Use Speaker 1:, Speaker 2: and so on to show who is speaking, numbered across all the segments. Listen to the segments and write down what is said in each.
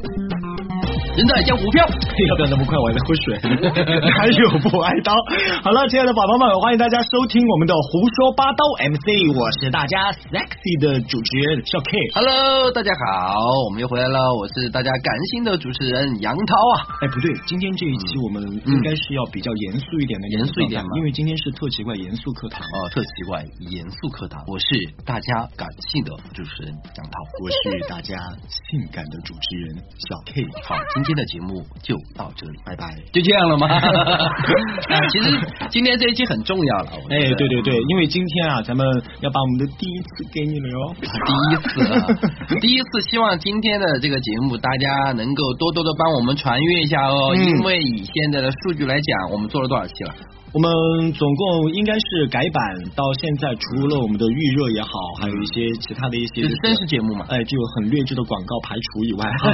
Speaker 1: 人在江湖飘，要不要那么快？我还在喝水。
Speaker 2: 还有不挨刀。好了，亲爱的宝宝们，欢迎大家收听我们的胡说八道 MC，我是大家 sexy 的主持人小 K。
Speaker 1: Hello，大家好，我们又回来了，我是大家感性的主持人杨涛啊。
Speaker 2: 哎，不对，今天这一期我们应该是要比较嗯严肃一点的，
Speaker 1: 严肃一点吗
Speaker 2: 因为今天是特奇怪严肃课堂。啊
Speaker 1: 哦，特奇怪，严肃课堂，我是大家感性的主持人杨涛。
Speaker 2: 我是大家性感的主持人小 K。
Speaker 1: 好，今天的节目就到这里，
Speaker 2: 拜拜。
Speaker 1: 就这样 了吗？啊，其实今天这一期很重要了，我觉
Speaker 2: 哎
Speaker 1: 得，
Speaker 2: 对对对，因为今天啊，咱们要把我们的第一次给你了哟。
Speaker 1: 第一次了，第一次，希望今天的这个节目大家能够多多的帮我们传阅一下哦，
Speaker 2: 嗯
Speaker 1: 因为以现在的数据来讲，我们做了多少期了？
Speaker 2: 我们总共应该是改版到现在，除了我们的预热也好，还有一些其他的一些
Speaker 1: 就是
Speaker 2: 就是
Speaker 1: 真实节目嘛，
Speaker 2: 哎，这个很劣质的广告排除以外，啊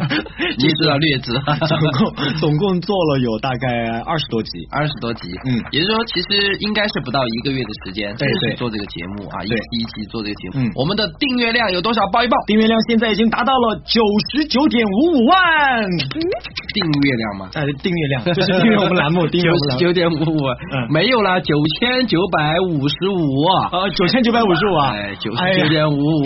Speaker 1: 你也知道劣质，
Speaker 2: 总共总共做了有大概二十多集。
Speaker 1: 二十多集，
Speaker 2: 嗯
Speaker 1: 也就是说，其实应该是不到一个月的时间，
Speaker 2: 对对
Speaker 1: 开始做这个节目啊，一
Speaker 2: 对
Speaker 1: 期一期做这个节目
Speaker 2: 嗯，
Speaker 1: 我们的订阅量有多少？报一报，
Speaker 2: 订阅量现在已经达到了九十九点五五万，
Speaker 1: 订阅量嘛。
Speaker 2: 哎，订阅量就是 订阅我们栏 目，订阅我们栏目
Speaker 1: 九点五五，
Speaker 2: 嗯
Speaker 1: 没有啦，九千九百五十五，
Speaker 2: 啊，九千九百五十五啊
Speaker 1: 哎，，九
Speaker 2: 哎
Speaker 1: 十
Speaker 2: 呀
Speaker 1: 九点五五，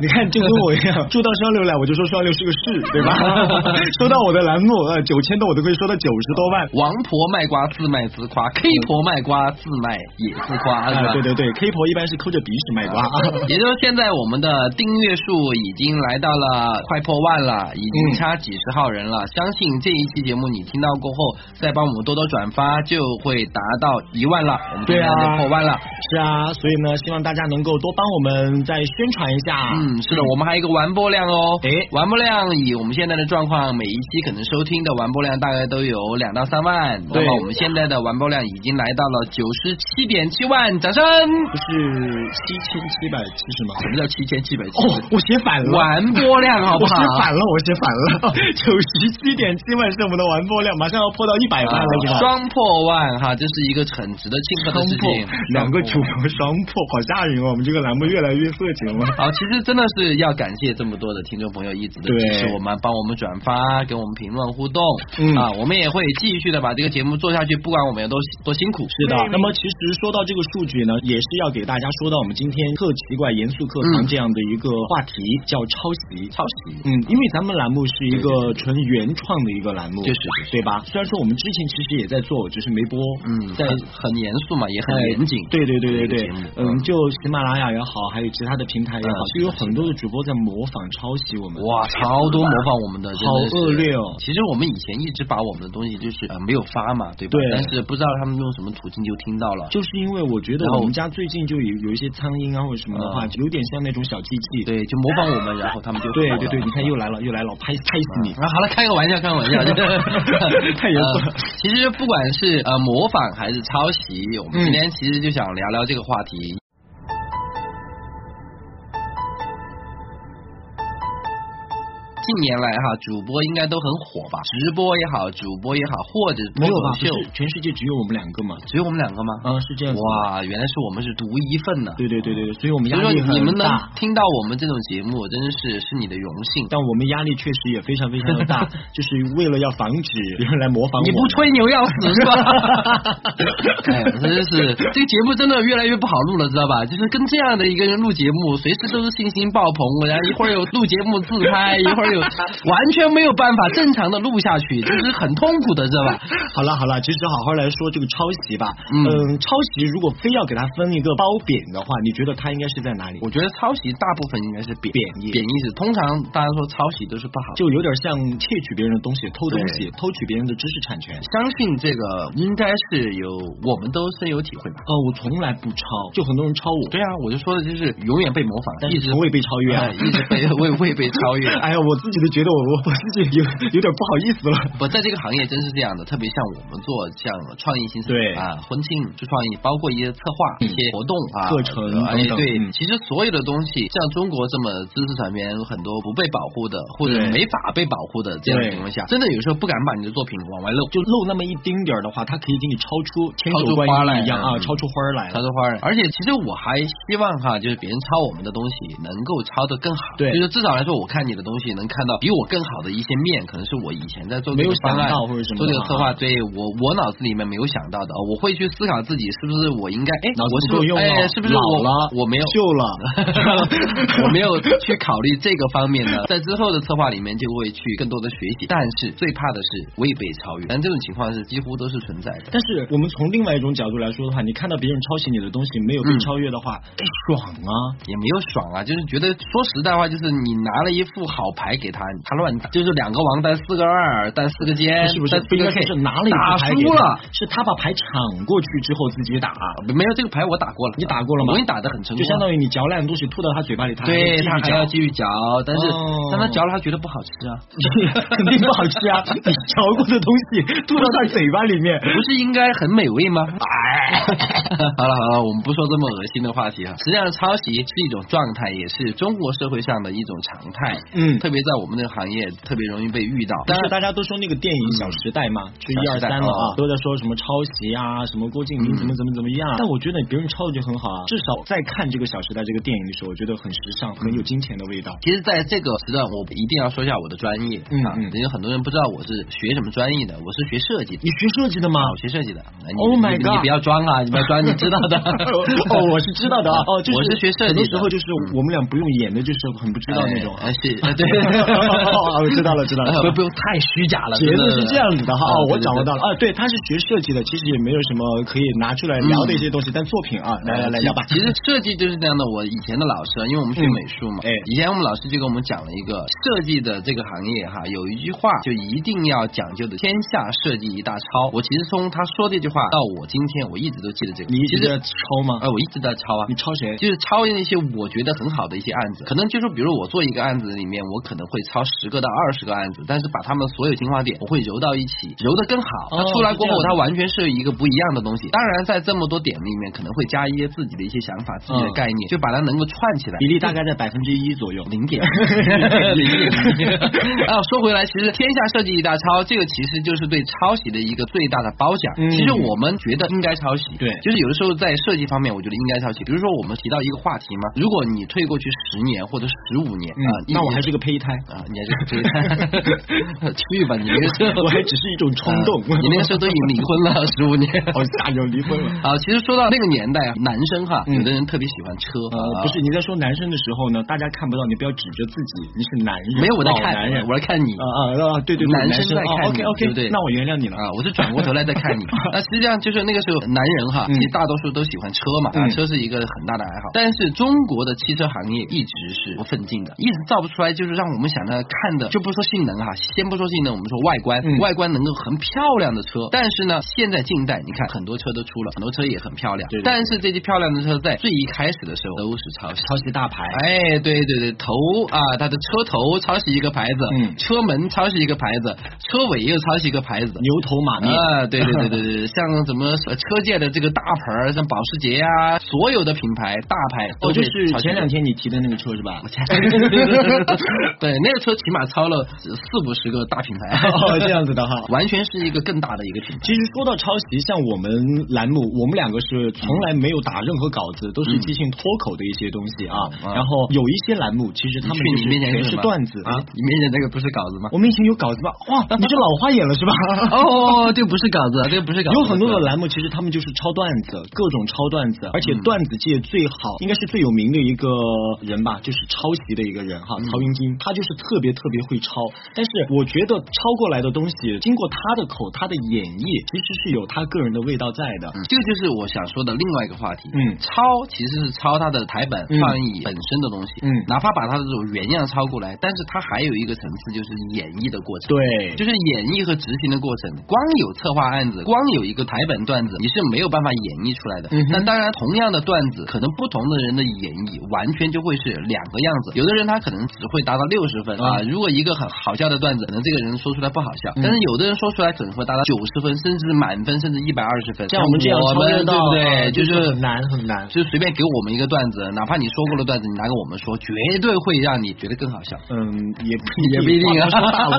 Speaker 2: 你看，就跟我一样，住到双流来，我就说双流是个市，对吧？ 收到我的栏目，呃，九千多我都可以收到九十多万，
Speaker 1: 王婆卖瓜自卖自夸，K
Speaker 2: 嗯
Speaker 1: 婆卖瓜自卖也自夸，是吧？
Speaker 2: 啊，对对对，K 婆一般是抠着鼻 屎卖瓜啊。
Speaker 1: 也就是现在我们的订阅数已经来到了快破万了，已经差几十号人了。相信这一期节目你听到过后，再帮我们多多转发，就会达到一万了。我们今
Speaker 2: 对
Speaker 1: 天
Speaker 2: 啊
Speaker 1: 就破万了。
Speaker 2: 是啊，所以呢，希望大家能够多帮我们再宣传一下。
Speaker 1: 嗯，是的，我们还有一个完播量哦。
Speaker 2: 诶
Speaker 1: 完播量以我们现在的状况，每一期可能收听的完播量大概都有两到三万。那
Speaker 2: 对
Speaker 1: 么我们现在的完播量已经来到了九十七点七万，掌声。
Speaker 2: 不是七千七百七十吗？
Speaker 1: 什么叫七千七百七？
Speaker 2: 哦，我写反了。
Speaker 1: 完播量好不
Speaker 2: 我写
Speaker 1: 好？
Speaker 2: 反了，我写反了， 九十七点七万是我们的完播量，马上要破到一百万了，是吧？
Speaker 1: 啊双破万哈，这是一个很值得庆贺的事
Speaker 2: 破
Speaker 1: 情。，
Speaker 2: 两个主播双破，好吓人哦！我们这个栏目越来越色情了。
Speaker 1: 好，其实真的是要感谢这么多的听众朋友一直的支持
Speaker 2: 对
Speaker 1: 我们，帮我们转发，跟我们评论互动、
Speaker 2: 嗯
Speaker 1: 啊，我们也会继续的把这个节目做下去，不管我们有多多辛苦。
Speaker 2: 是的，那么其实说到这个数据呢，也是要给大家说到我们今天特奇怪严肃课堂
Speaker 1: 嗯
Speaker 2: 这样的一个话题，叫抄袭。
Speaker 1: 抄袭，
Speaker 2: 嗯，因为咱们栏目是一个纯原创的一个栏目，
Speaker 1: 确实
Speaker 2: 对吧？虽然说我们之前其实也在做，只是没播，
Speaker 1: 嗯，
Speaker 2: 在
Speaker 1: 很很严肃嘛，也很
Speaker 2: 哎
Speaker 1: 严谨。
Speaker 2: 对对
Speaker 1: 这
Speaker 2: 对对
Speaker 1: 个
Speaker 2: 对
Speaker 1: 节目，
Speaker 2: 嗯，就喜马拉雅也好，还有其他的平台也好
Speaker 1: 嗯，
Speaker 2: 就有很多的主播在模仿抄袭我们。
Speaker 1: 哇，超多模仿我们的，真的是
Speaker 2: 好恶劣哦
Speaker 1: 其实我们以前一直把我们的东西就是呃没有发嘛，对吧？
Speaker 2: 对
Speaker 1: 但是不知道他们用什么途径就听到了，
Speaker 2: 就是因为我觉得
Speaker 1: 然后嗯
Speaker 2: 我们家最近就有有一些苍蝇啊或者什么的话，有点像那种小机器。
Speaker 1: 对，就模仿我们，然后他们就
Speaker 2: 对
Speaker 1: 火
Speaker 2: 对
Speaker 1: 了
Speaker 2: 对，你看又来了又来了，我拍拍死你！
Speaker 1: 啊，好了，开个玩笑，开个玩笑，
Speaker 2: 太严肃了
Speaker 1: 呃其实不管是呃模仿还是抄袭，我们今天其实就想聊聊这个话题。近年来哈，主播应该都很火吧？直播也好，主播也好，或者
Speaker 2: 没有
Speaker 1: 脱口
Speaker 2: 吧？不
Speaker 1: 秀，
Speaker 2: 是全世界只有我们两个嘛？
Speaker 1: 只有我们两个吗？
Speaker 2: 嗯，是这样子。
Speaker 1: 哇，原来是我们是独一份呢。
Speaker 2: 对对对对，对所以我们
Speaker 1: 所
Speaker 2: 压
Speaker 1: 以说你
Speaker 2: 力很
Speaker 1: 们能
Speaker 2: 大。
Speaker 1: 听到我们这种节目，真的是是你的荣幸。
Speaker 2: 但我们压力确实也非常非常的 大，就是为了要防止有人来模仿我。
Speaker 1: 你不吹牛要死是吧？ 哎，真是这个节目真的越来越不好录了，知道吧？就是跟这样的一个人录节目，随时都是信心爆棚，然后一会儿有录节目自拍，一会儿有完全没有办法正常的录下去，就是很痛苦的，知道吧？
Speaker 2: 好了好了，其实好好来说这个抄袭吧。
Speaker 1: 嗯
Speaker 2: 嗯，抄袭如果非要给它分一个褒贬的话，你觉得它应该是在哪里？
Speaker 1: 我觉得抄袭大部分应该是贬
Speaker 2: 贬义
Speaker 1: 贬义词，通常大家说抄袭都是不好的。
Speaker 2: 就有点像窃取别人的东西，偷东
Speaker 1: 对，
Speaker 2: 西偷取别人的知识产权。
Speaker 1: 相信这个应该是有，我们都深有体会吧。
Speaker 2: 哦，我从来不抄，就很多人抄我，
Speaker 1: 对啊，我就说的就是永远被模仿，
Speaker 2: 但
Speaker 1: 一直
Speaker 2: 是从未被超越啊。
Speaker 1: 哎一直被未未被超越。
Speaker 2: 哎呀，我自己都觉得我我我自己有有点不好意思了。
Speaker 1: 不，在这个行业真是这样的，特别像我们做像创意新思
Speaker 2: 对嗯
Speaker 1: 啊、婚庆就创意，包括一些策划、一些活动啊、
Speaker 2: 课程等等
Speaker 1: 哎，对，
Speaker 2: 嗯
Speaker 1: 其实所有的东西，像中国这么知识产权有很多不被保护的，或者
Speaker 2: 对
Speaker 1: 没法被保护的这样的
Speaker 2: 对
Speaker 1: 情况下，真的有时候不敢把你的作品往外露。
Speaker 2: 就露那么一丁点儿的话，它可以给你超出千
Speaker 1: 超
Speaker 2: 手
Speaker 1: 出
Speaker 2: 观
Speaker 1: 花
Speaker 2: 音
Speaker 1: 来
Speaker 2: 一样
Speaker 1: 嗯
Speaker 2: 啊，超出花儿来
Speaker 1: 超出
Speaker 2: 了。
Speaker 1: 花儿，而且其实我还希望哈，就是别人抄我们的东西能够抄得更好，
Speaker 2: 对
Speaker 1: 就是至少来说，我看你的东西能看到比我更好的一些面，可能是我以前在做这
Speaker 2: 没
Speaker 1: 个
Speaker 2: 有
Speaker 1: 方
Speaker 2: 想
Speaker 1: 案
Speaker 2: 到或者什么
Speaker 1: 做这个
Speaker 2: 的
Speaker 1: 策划，
Speaker 2: 啊
Speaker 1: 对我我脑子里面没有想到的，我会去思考自己是不是我应该哎，
Speaker 2: 脑子
Speaker 1: 我是
Speaker 2: 不够
Speaker 1: 是
Speaker 2: 用啊
Speaker 1: 哎，是不是我
Speaker 2: 老了？
Speaker 1: 我没有。
Speaker 2: 秀了
Speaker 1: 我没有去考虑这个方面的，在之后的策划里面就会去更多的学习，但是最怕的是我也被超越，但这种情况是几乎都是存在的。
Speaker 2: 但是我们从另外一种角度来说的话，你看到别人抄袭你的东西没有被
Speaker 1: 嗯
Speaker 2: 超越的话，哎爽啊！
Speaker 1: 也没有爽啊，就是觉得说实在话，就是你拿了一副好牌给他，他乱打，就是两个王单四个二，单四个尖，
Speaker 2: 是不是
Speaker 1: 单四
Speaker 2: 不应
Speaker 1: 个
Speaker 2: 该
Speaker 1: K，
Speaker 2: 是拿了一
Speaker 1: 打
Speaker 2: 副牌给
Speaker 1: 输
Speaker 2: 他
Speaker 1: 了。，
Speaker 2: 是他把牌抢过去之后自己打，
Speaker 1: 没有这个牌我打过了，
Speaker 2: 你打过了吗
Speaker 1: 我已经打得很成功
Speaker 2: 就
Speaker 1: 了，
Speaker 2: 相当于你嚼烂东西吐到他嘴巴里，他还
Speaker 1: 对
Speaker 2: 继续
Speaker 1: 他还
Speaker 2: 嚼
Speaker 1: 要继续嚼，但是、
Speaker 2: 哦
Speaker 1: 但他嚼了他觉得不好吃啊，
Speaker 2: 肯定不好吃啊！你嚼过的东西吐到他嘴巴里面，
Speaker 1: 不是应该很美味吗？ 哎， 好了好了，我们不说这么恶心的话题啊哈。实际上，抄袭是一种状态，也是中国社会上的一种常态，
Speaker 2: 嗯
Speaker 1: 特别在我们这个行业特别容易被遇到。
Speaker 2: 但是大家都说那个电影《小嗯时代》嘛，就一
Speaker 1: 小
Speaker 2: 二
Speaker 1: 时代
Speaker 2: 三了
Speaker 1: 哦，
Speaker 2: 啊都在说什么抄袭啊，什么郭敬明
Speaker 1: 嗯
Speaker 2: 怎么怎么怎么样。但我觉得别人抄的就很好啊，至少在看这个《小时代》这个电影的时候，我觉得很时尚，很有金钱的味道。
Speaker 1: 其实，在这个时段，我一定要说一下我的专业
Speaker 2: 嗯
Speaker 1: 啊
Speaker 2: 嗯，
Speaker 1: 因为很多人不知道我是学什么专业的，我是学设计的
Speaker 2: 你。学设计的吗
Speaker 1: 啊，？我学设计的。你
Speaker 2: Oh my
Speaker 1: 你
Speaker 2: God。
Speaker 1: 你不要装啊！你不要装，你知道的
Speaker 2: 哦，我是知道的啊，嗯哦，就是
Speaker 1: 我是学设计的
Speaker 2: 很多时候就是我们俩不用演的，就是很不知道那 种。啊
Speaker 1: 哎哎是，哎对
Speaker 2: 哦我知道了知道 了
Speaker 1: 哎不不用太虚假了。
Speaker 2: 结
Speaker 1: 真
Speaker 2: 论是这样子的哈，
Speaker 1: 啊
Speaker 2: 哦我
Speaker 1: 对对
Speaker 2: 掌握
Speaker 1: 对
Speaker 2: 到了啊，对，他是学设计的，其实也没有什么可以拿出来聊的一些东西，但作品啊，来来来
Speaker 1: 其
Speaker 2: 聊吧。
Speaker 1: 其实设计就是这样的，我以前的老师，啊，因为我们学
Speaker 2: 嗯
Speaker 1: 美术嘛，
Speaker 2: 哎
Speaker 1: 以前我们老师就跟我们讲了一个设计的这个行业哈，有一句话就一定要讲究的，天下设计一大抄。我其实从他说这句话到我今天，我一直都记得这个。
Speaker 2: 你一直
Speaker 1: 其实
Speaker 2: 在抄吗？
Speaker 1: 哎，我一直在抄啊
Speaker 2: 你。抄谁？
Speaker 1: 就是抄一些我觉得很好的一些案子，可能就是比如我做一个案子里面，我可能会抄十个到二十个案子，但是把他们所有精华点我会揉到一起，揉得更好。
Speaker 2: 哦
Speaker 1: 它出来过
Speaker 2: 是这样
Speaker 1: 后，
Speaker 2: 的
Speaker 1: 它完全是一个不一样的东西。当然，在这么多点里面，可能会加一些自己的一些想法、自己的概念，就把它能够串起来
Speaker 2: 嗯比。例大概在百分之一左右。
Speaker 1: 零 点零
Speaker 2: 嗯
Speaker 1: 点 啊，说回来，其实天下设计一大抄，这个其实就是对抄袭的一个最大的褒奖。
Speaker 2: 嗯
Speaker 1: 其实我们觉得应该抄袭，
Speaker 2: 对
Speaker 1: 就是有的时候在设计方面，我觉得应该抄袭。比如说我们提到一个话题嘛，如果你退过去十年或者十五年
Speaker 2: 嗯
Speaker 1: 啊，一
Speaker 2: 那我
Speaker 1: 直
Speaker 2: 还是个胚 胎，
Speaker 1: 啊，你还是这 去吧，你那个时候
Speaker 2: 我还只是一种冲动。
Speaker 1: 啊你 那个时候都已经离婚了十五年。
Speaker 2: 哦，加油，离婚了。
Speaker 1: 啊，其实说到那个年代，啊，男生哈，
Speaker 2: 嗯
Speaker 1: 有的人特别喜欢车，
Speaker 2: 呃，
Speaker 1: 啊
Speaker 2: 不是你在说男生的时候呢，大家看不到，你不要指着自己，你是男人，
Speaker 1: 没有我在
Speaker 2: 老
Speaker 1: 看
Speaker 2: 男人，，
Speaker 1: 我在看你
Speaker 2: 啊啊啊，对对对，
Speaker 1: 男
Speaker 2: 男
Speaker 1: 生在看
Speaker 2: o
Speaker 1: 你
Speaker 2: k OK，
Speaker 1: 对不对
Speaker 2: 那我原谅你了。
Speaker 1: 啊，我是转过头来再看 你。那实际上就是那个时候，男人哈，
Speaker 2: 嗯
Speaker 1: 其实大多数都喜欢车嘛，啊
Speaker 2: 嗯
Speaker 1: 车是一个很大的爱好。但是中国的汽车行业一直是不奋进的，一直造不出来，就是让我们想要看的，就不说性能哈，啊先不说性能，我们说外观，
Speaker 2: 嗯
Speaker 1: 外观能够很漂亮的车。但是呢，现在近代你看很多车都出了，很多车也很漂亮
Speaker 2: 对对，对
Speaker 1: 但是这些漂亮的车在最一开始的时候都是抄袭。
Speaker 2: 抄袭大牌，
Speaker 1: 哎，对对对，头啊，它的车头抄袭一个牌子，
Speaker 2: 嗯
Speaker 1: 车门抄袭一个牌子，车尾又抄袭一个牌子，
Speaker 2: 牛头马面，
Speaker 1: 啊，对对对对 对，像什么车界的这个大牌儿，像保时捷啊，所有的品牌大牌都
Speaker 2: 哦，
Speaker 1: 被
Speaker 2: 就是
Speaker 1: 抄袭
Speaker 2: 前
Speaker 1: 的
Speaker 2: 两。 天你提的那个车是吧？
Speaker 1: 对，那个车起码超了四五十个大品牌，
Speaker 2: 哦，这样子的哈。
Speaker 1: 完全是一个更大的一个品牌。
Speaker 2: 其实说到抄袭，像我们栏目，我们两个是从来没有打任何稿子，都是即兴脱口的一些东西啊。
Speaker 1: 嗯
Speaker 2: 然后有一些栏目，其实他们
Speaker 1: 去
Speaker 2: 就是
Speaker 1: 你面前
Speaker 2: 全
Speaker 1: 什
Speaker 2: 是
Speaker 1: 么
Speaker 2: 段子
Speaker 1: 啊。，你面前那个不是稿 子吗？
Speaker 2: 我们以前有稿子吧？ 哇，你是老花眼了是吧？
Speaker 1: 哦，这不是稿子，这不是稿子，
Speaker 2: 有很多的栏目，其实他们就是抄段子，各种抄段
Speaker 1: 嗯
Speaker 2: 子，而且段子界最好，应该是最有名的一个人吧，就是抄袭的一个人哈，
Speaker 1: 嗯
Speaker 2: 曹云金，他就是特别特别会抄。但是我觉得抄过来的东西，经过他的口，他的演绎，其实是有他个人的味道在的。
Speaker 1: 嗯这个就是我想说的另外一个话题。
Speaker 2: 嗯
Speaker 1: 抄其实是抄它的台本、
Speaker 2: 嗯
Speaker 1: 创意本身的东西。
Speaker 2: 嗯
Speaker 1: 哪怕把它的这种原样抄过来，但是它还有一个层次，就是演绎的过程。
Speaker 2: 对，
Speaker 1: 就是演绎和执行的过程，光有策划案子，光有一个台本段子，你是没有办法演绎出来的。
Speaker 2: 嗯哼
Speaker 1: 但当然，同样的段子，可能不同的人的演绎完全就会是两个样子。有的人他可能只会达到六十十
Speaker 3: 嗯
Speaker 1: 分啊。如果一个很好笑的段子，可能这个人说出来不好笑，
Speaker 3: 嗯
Speaker 1: 但是有的人说出来可能会达到九十分，甚至满分，甚至一百二十分。
Speaker 3: 像我们这样
Speaker 1: 我
Speaker 3: 超越
Speaker 1: 们
Speaker 3: 到
Speaker 1: 对不
Speaker 3: 呃
Speaker 1: 对？就
Speaker 3: 就是
Speaker 1: 是
Speaker 3: 很难很难
Speaker 1: 就随便给我们一个段子，哪怕你说过的段子，你拿给我们说，绝对会让你觉得更好笑。
Speaker 2: 嗯，也 不
Speaker 1: 也不一定啊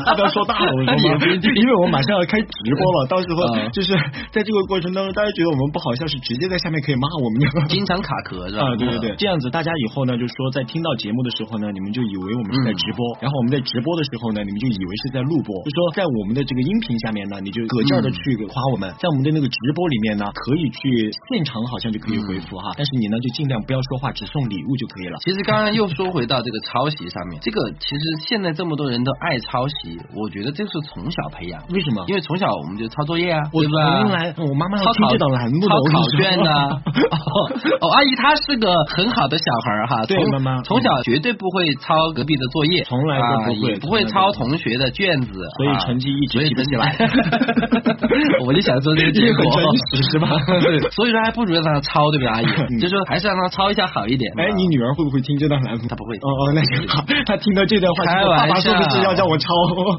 Speaker 2: 话不要说 大了，不要说大了，我说
Speaker 1: 也不一定
Speaker 2: 因为我马上要开直播了，到时候
Speaker 1: 嗯
Speaker 2: 就是在这个过程当中，大家觉得我们不好笑，是直接在下面可以骂我们的。
Speaker 1: 经常卡壳是吧？
Speaker 2: 啊，对对对，这样子大家以后呢，就说在听到节目的时候呢，你们就以为我们是在直播，
Speaker 1: 嗯
Speaker 2: 然后我们在直播的时候呢，你们就以为是在录播，就说在我们的这个音频下面呢，你就搁劲儿的去夸我们，在我们的那个直播里面呢，可以去现场好像就可以回复
Speaker 1: 嗯
Speaker 2: 哈，但是你呢就尽量不要说话，只送礼物就可以了。
Speaker 1: 其实刚刚又说回到这个抄袭上面，这个其实现在这么多人都爱抄袭，我觉得这是从小培养，
Speaker 2: 为什么？
Speaker 1: 因为从小我们就抄作业啊，
Speaker 2: 我
Speaker 1: 对吧？
Speaker 2: 从来我妈妈要
Speaker 1: 抄
Speaker 2: 听
Speaker 1: 考
Speaker 2: 这档栏目的，
Speaker 1: 抄
Speaker 2: 我跟你
Speaker 1: 考
Speaker 2: 说
Speaker 1: 卷呢、哦，阿姨她是个很好的小孩儿哈，
Speaker 2: 对
Speaker 1: 从
Speaker 2: 妈妈
Speaker 1: 从小绝对不会抄隔壁的作业，
Speaker 2: 从来都不会
Speaker 1: 啊也不会
Speaker 2: 从来都不会
Speaker 1: 抄同学的卷子，
Speaker 2: 所以
Speaker 1: 啊
Speaker 2: 成绩一直
Speaker 1: 所以
Speaker 2: 提不
Speaker 1: 成，
Speaker 2: 起来
Speaker 1: 我就想说这个结 果
Speaker 2: 也。很真实是吧？ 嗯
Speaker 1: 所以说还不如让他抄，对不对，阿姨？就说还是让他抄一下好一点嘛。
Speaker 2: 哎，你女儿会不会听这段栏目？
Speaker 1: 她不会
Speaker 2: 哦哦，那就好。她听到这段话，
Speaker 1: 开
Speaker 2: 说爸爸
Speaker 1: 玩
Speaker 2: 是
Speaker 1: 笑
Speaker 2: 不是要叫我抄？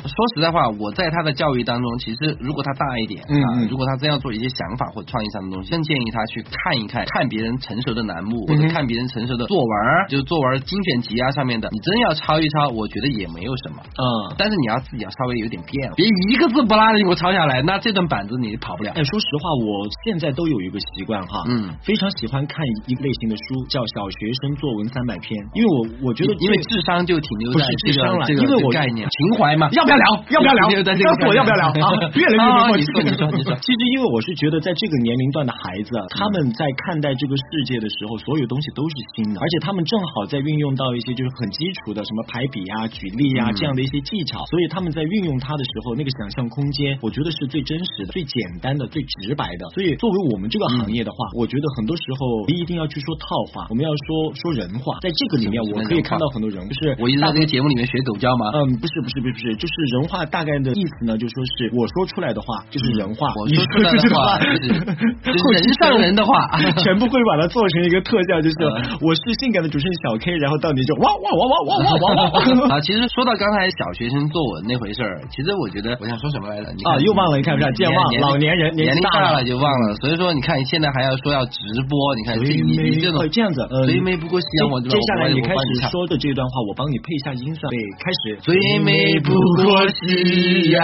Speaker 1: 说实在话，我在他的教育当中，其实如果他大一点，
Speaker 2: 嗯
Speaker 1: 啊
Speaker 2: 嗯
Speaker 1: 如果他真要做一些想法或创意上的东西，更建议他去看一看，看别人成熟的栏目，或
Speaker 2: 嗯
Speaker 1: 者
Speaker 2: 哼
Speaker 1: 看别人成熟的作文儿，就是作文精选集啊上面的，你真要抄一抄，我觉得也没有什么。
Speaker 2: 嗯，
Speaker 1: 但是你要自己要稍微有点变了，别一个字不落的给我抄下来，那这顿板子你跑不了。
Speaker 2: 哎，说实话，我现在都有一个习惯哈，
Speaker 1: 嗯，
Speaker 2: 非常喜欢看一个类型的书，叫《小学生作文三百篇》，因为我我觉得
Speaker 1: 因为
Speaker 2: 这
Speaker 1: 智商就停留
Speaker 2: 不
Speaker 1: 在
Speaker 2: 是
Speaker 1: 这
Speaker 2: 智商
Speaker 1: 个
Speaker 2: 了
Speaker 1: 这个
Speaker 2: 因为
Speaker 1: 这个
Speaker 2: 我
Speaker 1: 概念情怀嘛，
Speaker 2: 要不要聊要不要聊
Speaker 1: 就在这个
Speaker 2: 告诉我
Speaker 1: 概念
Speaker 2: 要不要聊啊越来越没
Speaker 1: 啊
Speaker 2: 默
Speaker 1: 你
Speaker 2: 契
Speaker 1: 说你说你说， 嗯
Speaker 2: 其实因为我是觉得，在这个年龄段的孩子，啊他们在看待这个世界的时候，所有东西都是新的，而且他们正好在运用到一些就是很基础的什么排比啊、举例啊
Speaker 1: 嗯
Speaker 2: 这样的一些技巧，所以他们在运用它的时候，那个想象空间，我觉得是最真实的、最简单的、最直白的。所以作为我们这个行业的
Speaker 1: 嗯
Speaker 2: 话，我觉得很多时候不一定要去说套话，我们要说说人话。在这个里面，我可以看到很多人，就是
Speaker 1: 我一直
Speaker 2: 大
Speaker 1: 在这个节目里面学狗叫吗？
Speaker 2: 嗯，不是不是不是不是，就是人话大概的意思呢，就说是我说出来的话就是人话，
Speaker 1: 嗯我
Speaker 2: 你
Speaker 1: 说出来
Speaker 2: 出去
Speaker 1: 的
Speaker 2: 的
Speaker 1: 话
Speaker 2: 话
Speaker 1: 就是
Speaker 2: 后
Speaker 1: 就是
Speaker 2: 期
Speaker 1: 人上人的话，
Speaker 2: 全部会把它做成一个特效，就是
Speaker 1: 嗯
Speaker 2: 我是性感的主持人小 K，然后到你就哇哇哇哇哇哇哇 哇
Speaker 1: 啊，其实说到刚才小学生作文那回事儿，其实我觉得我想说什么来着？你看
Speaker 2: 啊又忘了你看不看健忘
Speaker 1: 年
Speaker 2: 老年人年
Speaker 1: 年
Speaker 2: 纪
Speaker 1: 龄
Speaker 2: 大
Speaker 1: 大
Speaker 2: 了
Speaker 1: 了就忘了，所以说你看现在还要说要直播，你看这
Speaker 2: 谁
Speaker 1: 你
Speaker 2: 没
Speaker 1: 你这种
Speaker 2: 哦这样子呃
Speaker 1: 谁没不过夕阳红，对吧
Speaker 2: 接下来
Speaker 1: 我帮
Speaker 2: 你开
Speaker 1: 我帮
Speaker 2: 始
Speaker 1: 唱
Speaker 2: 说的这段话，我帮你配一下音算。对，开始。
Speaker 1: 最美不过夕阳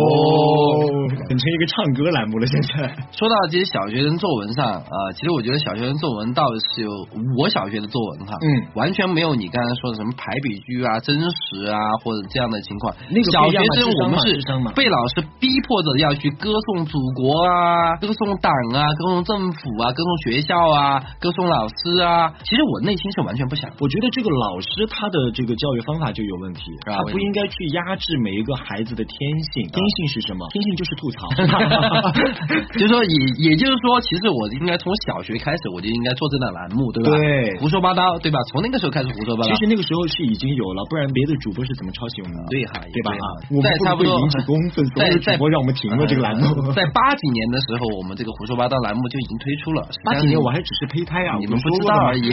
Speaker 1: 红。
Speaker 2: 变成一个唱歌栏目了，现在。
Speaker 1: 说到这些小学生作文上啊、呃其实我觉得小学生作文倒是有我小学的作文哈，
Speaker 2: 嗯，
Speaker 1: 完全没有你刚才说的什么排比句啊、真实啊或者这样的情况。
Speaker 2: 那个
Speaker 1: 小
Speaker 2: 不一
Speaker 1: 学
Speaker 2: 样嘛
Speaker 1: 生
Speaker 2: 智商
Speaker 1: 我们
Speaker 2: 嘛
Speaker 1: 是
Speaker 2: 智商嘛
Speaker 1: 被老师逼迫着要去歌颂祖国啊、歌颂党啊、歌颂政府啊、歌颂学校啊、歌颂老师啊。其实我内心是完全不想
Speaker 2: 我觉得这个老师他的这个教育方法就有问题，
Speaker 1: 啊
Speaker 2: 他不应该去压制每一个孩子的天性。天性是什 么？天性就是吐槽。
Speaker 1: 就是说也也就是说，其实我应该从小学开始我就应该做这档栏目，对吧？
Speaker 2: 对
Speaker 1: 胡说八道，对吧？从那个时候开始胡说八道
Speaker 2: 其。实那个时候是已经有了，不然别的主播是怎么抄袭我们的？
Speaker 1: 对哈，
Speaker 2: 对吧？
Speaker 1: 也
Speaker 2: 啊
Speaker 1: 哈
Speaker 2: 我们
Speaker 1: 在差
Speaker 2: 会不
Speaker 1: 不
Speaker 2: 会
Speaker 1: 多
Speaker 2: 引起公愤？所有的主
Speaker 1: 在在
Speaker 2: 播让我们停了这个栏目
Speaker 1: 呃。在八几年的时候，我们这个胡说八道栏目就已经推出了。
Speaker 2: 八几年我
Speaker 1: 还。
Speaker 2: 还只是胚胎啊，
Speaker 1: 你们
Speaker 2: 我
Speaker 1: 不
Speaker 2: 说
Speaker 1: 知
Speaker 2: 过
Speaker 1: 道
Speaker 2: 的嘛
Speaker 1: 而已。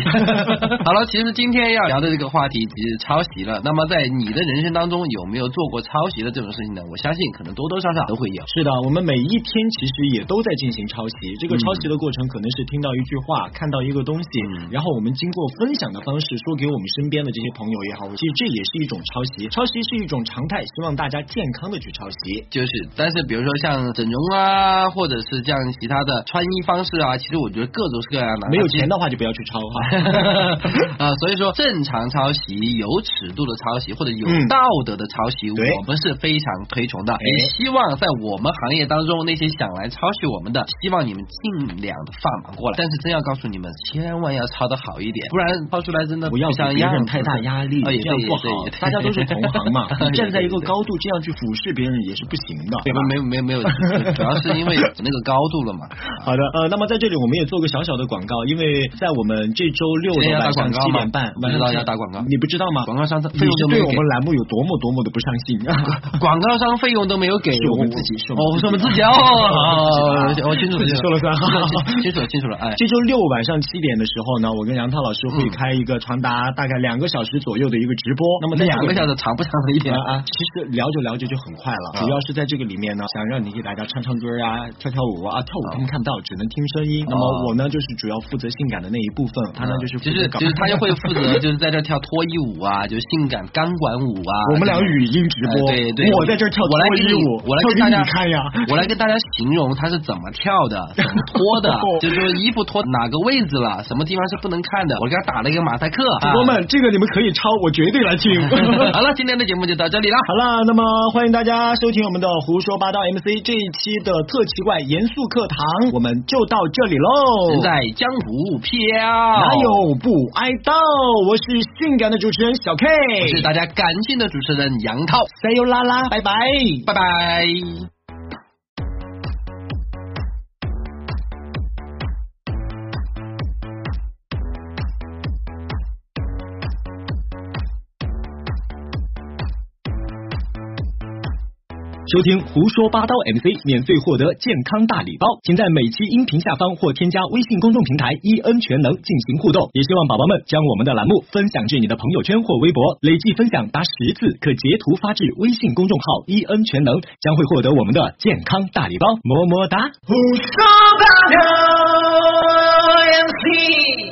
Speaker 1: 好了，其实今天要聊的这个话题其实抄袭了。那么在你的人生当中，有没有做过抄袭的这种事情呢？我相信可能多多少少都会有。
Speaker 2: 是的，我们每一天其实也都在进行抄袭。这个抄袭的过程可能是听到一句话，看到一个东西，然后我们经过分享的方式说给我们身边的这些朋友也好，其实这也是一种抄袭。抄袭是一种常态，希望大家健康的去抄袭。
Speaker 1: 就是，但是比如说像整容啊，或者是像其他的穿衣方式啊，其实我觉得各种各样的。
Speaker 2: 没有钱的话就不要去抄哈。
Speaker 1: 啊，所以说正常抄袭、有尺度的抄袭或者有
Speaker 2: 嗯
Speaker 1: 道德的抄袭，
Speaker 2: 对
Speaker 1: 我们是非常推崇的。也希望在我们行业当中，那些想来抄袭我们的，希望你们尽量的放马过来。但是真要告诉你们，千万要抄的好一点，不然抄出来真的
Speaker 2: 不要给
Speaker 1: 像
Speaker 2: 别
Speaker 1: 样
Speaker 2: 人
Speaker 1: 子
Speaker 2: 太大压力，
Speaker 1: 啊也
Speaker 2: 这样
Speaker 1: 对
Speaker 2: 不
Speaker 1: 也对
Speaker 2: 好
Speaker 1: 也。对，
Speaker 2: 大家都是同行 嘛站在一个
Speaker 1: 对对对
Speaker 2: 高度这样去俯视别人也是不行的，对吧？
Speaker 1: 没有没有没有，主要是因为那个高度了嘛。
Speaker 2: 好的，呃，那么在这里我们也做个小小的广告，因为在我们这周六
Speaker 1: 今
Speaker 2: 的
Speaker 1: 天要打
Speaker 2: 晚上
Speaker 1: 广告
Speaker 2: 七
Speaker 1: 吗
Speaker 2: 点半，晚
Speaker 1: 不知道
Speaker 2: 上
Speaker 1: 要打广告
Speaker 2: 你不知道吗？
Speaker 1: 广告商
Speaker 2: 你
Speaker 1: 费用
Speaker 2: 是
Speaker 1: 都没
Speaker 2: 对
Speaker 1: 有
Speaker 2: 我
Speaker 1: 给
Speaker 2: 们，栏目有多么多么的不上 心啊！
Speaker 1: 广告商费用都没有给，
Speaker 2: 是我们自己是我
Speaker 1: 哦，
Speaker 2: 们
Speaker 1: 是我们
Speaker 2: 自
Speaker 1: 自
Speaker 2: 己
Speaker 1: 己
Speaker 2: 啊
Speaker 1: 哦，
Speaker 2: 是我们自己啊
Speaker 1: 哦我我清楚了
Speaker 2: 自己说了算哈。
Speaker 1: 清楚了清楚了，哎，
Speaker 2: 这周六晚上七点的时候呢，我跟杨涛老师会开一个长达大概两个小时左右的一个直播。那么在
Speaker 1: 嗯两
Speaker 2: 这
Speaker 1: 个
Speaker 2: 里
Speaker 1: 小时啊长不长的一点？
Speaker 2: 啊啊，其实聊着聊着就很快了，主要是在这个里面呢，想让你给大家唱唱歌啊，跳跳舞啊，跳舞他们看不到，只能听声音。那
Speaker 1: 哦
Speaker 2: 么我呢，就是主要负责性感的那一部分，他呢就是负
Speaker 1: 就是
Speaker 2: 责搞
Speaker 1: 就是他就会负 责就是在这跳脱衣舞啊，就是性感钢管舞啊。
Speaker 2: 我们俩语音直播，
Speaker 1: 哎对对，
Speaker 2: 我在这儿跳
Speaker 1: 我来
Speaker 2: 脱
Speaker 1: 给
Speaker 2: 衣
Speaker 1: 你
Speaker 2: 舞，
Speaker 1: 我来
Speaker 2: 跳
Speaker 1: 给
Speaker 2: 给
Speaker 1: 大
Speaker 2: 你
Speaker 1: 家
Speaker 2: 看呀。，
Speaker 1: 我来跟大家形容它是怎么跳的，怎么脱的就是说衣服脱哪个位置了，什么地方是不能看的。我给他打了一个马赛克。
Speaker 2: 主播们，这个你们可以抄，我绝对来听。
Speaker 1: 啊， 好了，今天的节目就到这里了。
Speaker 2: 好了，那么欢迎大家收听我们的《胡说八道 MC》这一期的特奇怪严肃课堂，我们就到这里喽
Speaker 1: 人。在哦江湖飘，
Speaker 2: 哦哪有不挨到？我是性感的主持人小 K，
Speaker 1: 我是大家感性的主持人杨涛，
Speaker 2: 塞尤拉拉，拜拜。
Speaker 1: 拜拜。
Speaker 2: 收听《胡说八道 MC》，免费获得健康大礼包，请在每期音频下方或添加微信公众平台“一恩全能”进行互动。也希望宝宝们将我们的栏目分享至你的朋友圈或微博，累计分享达十次，可截图发至微信公众号“一恩全能”，将会获得我们的健康大礼包，么么哒。
Speaker 4: Who's so bad? MC.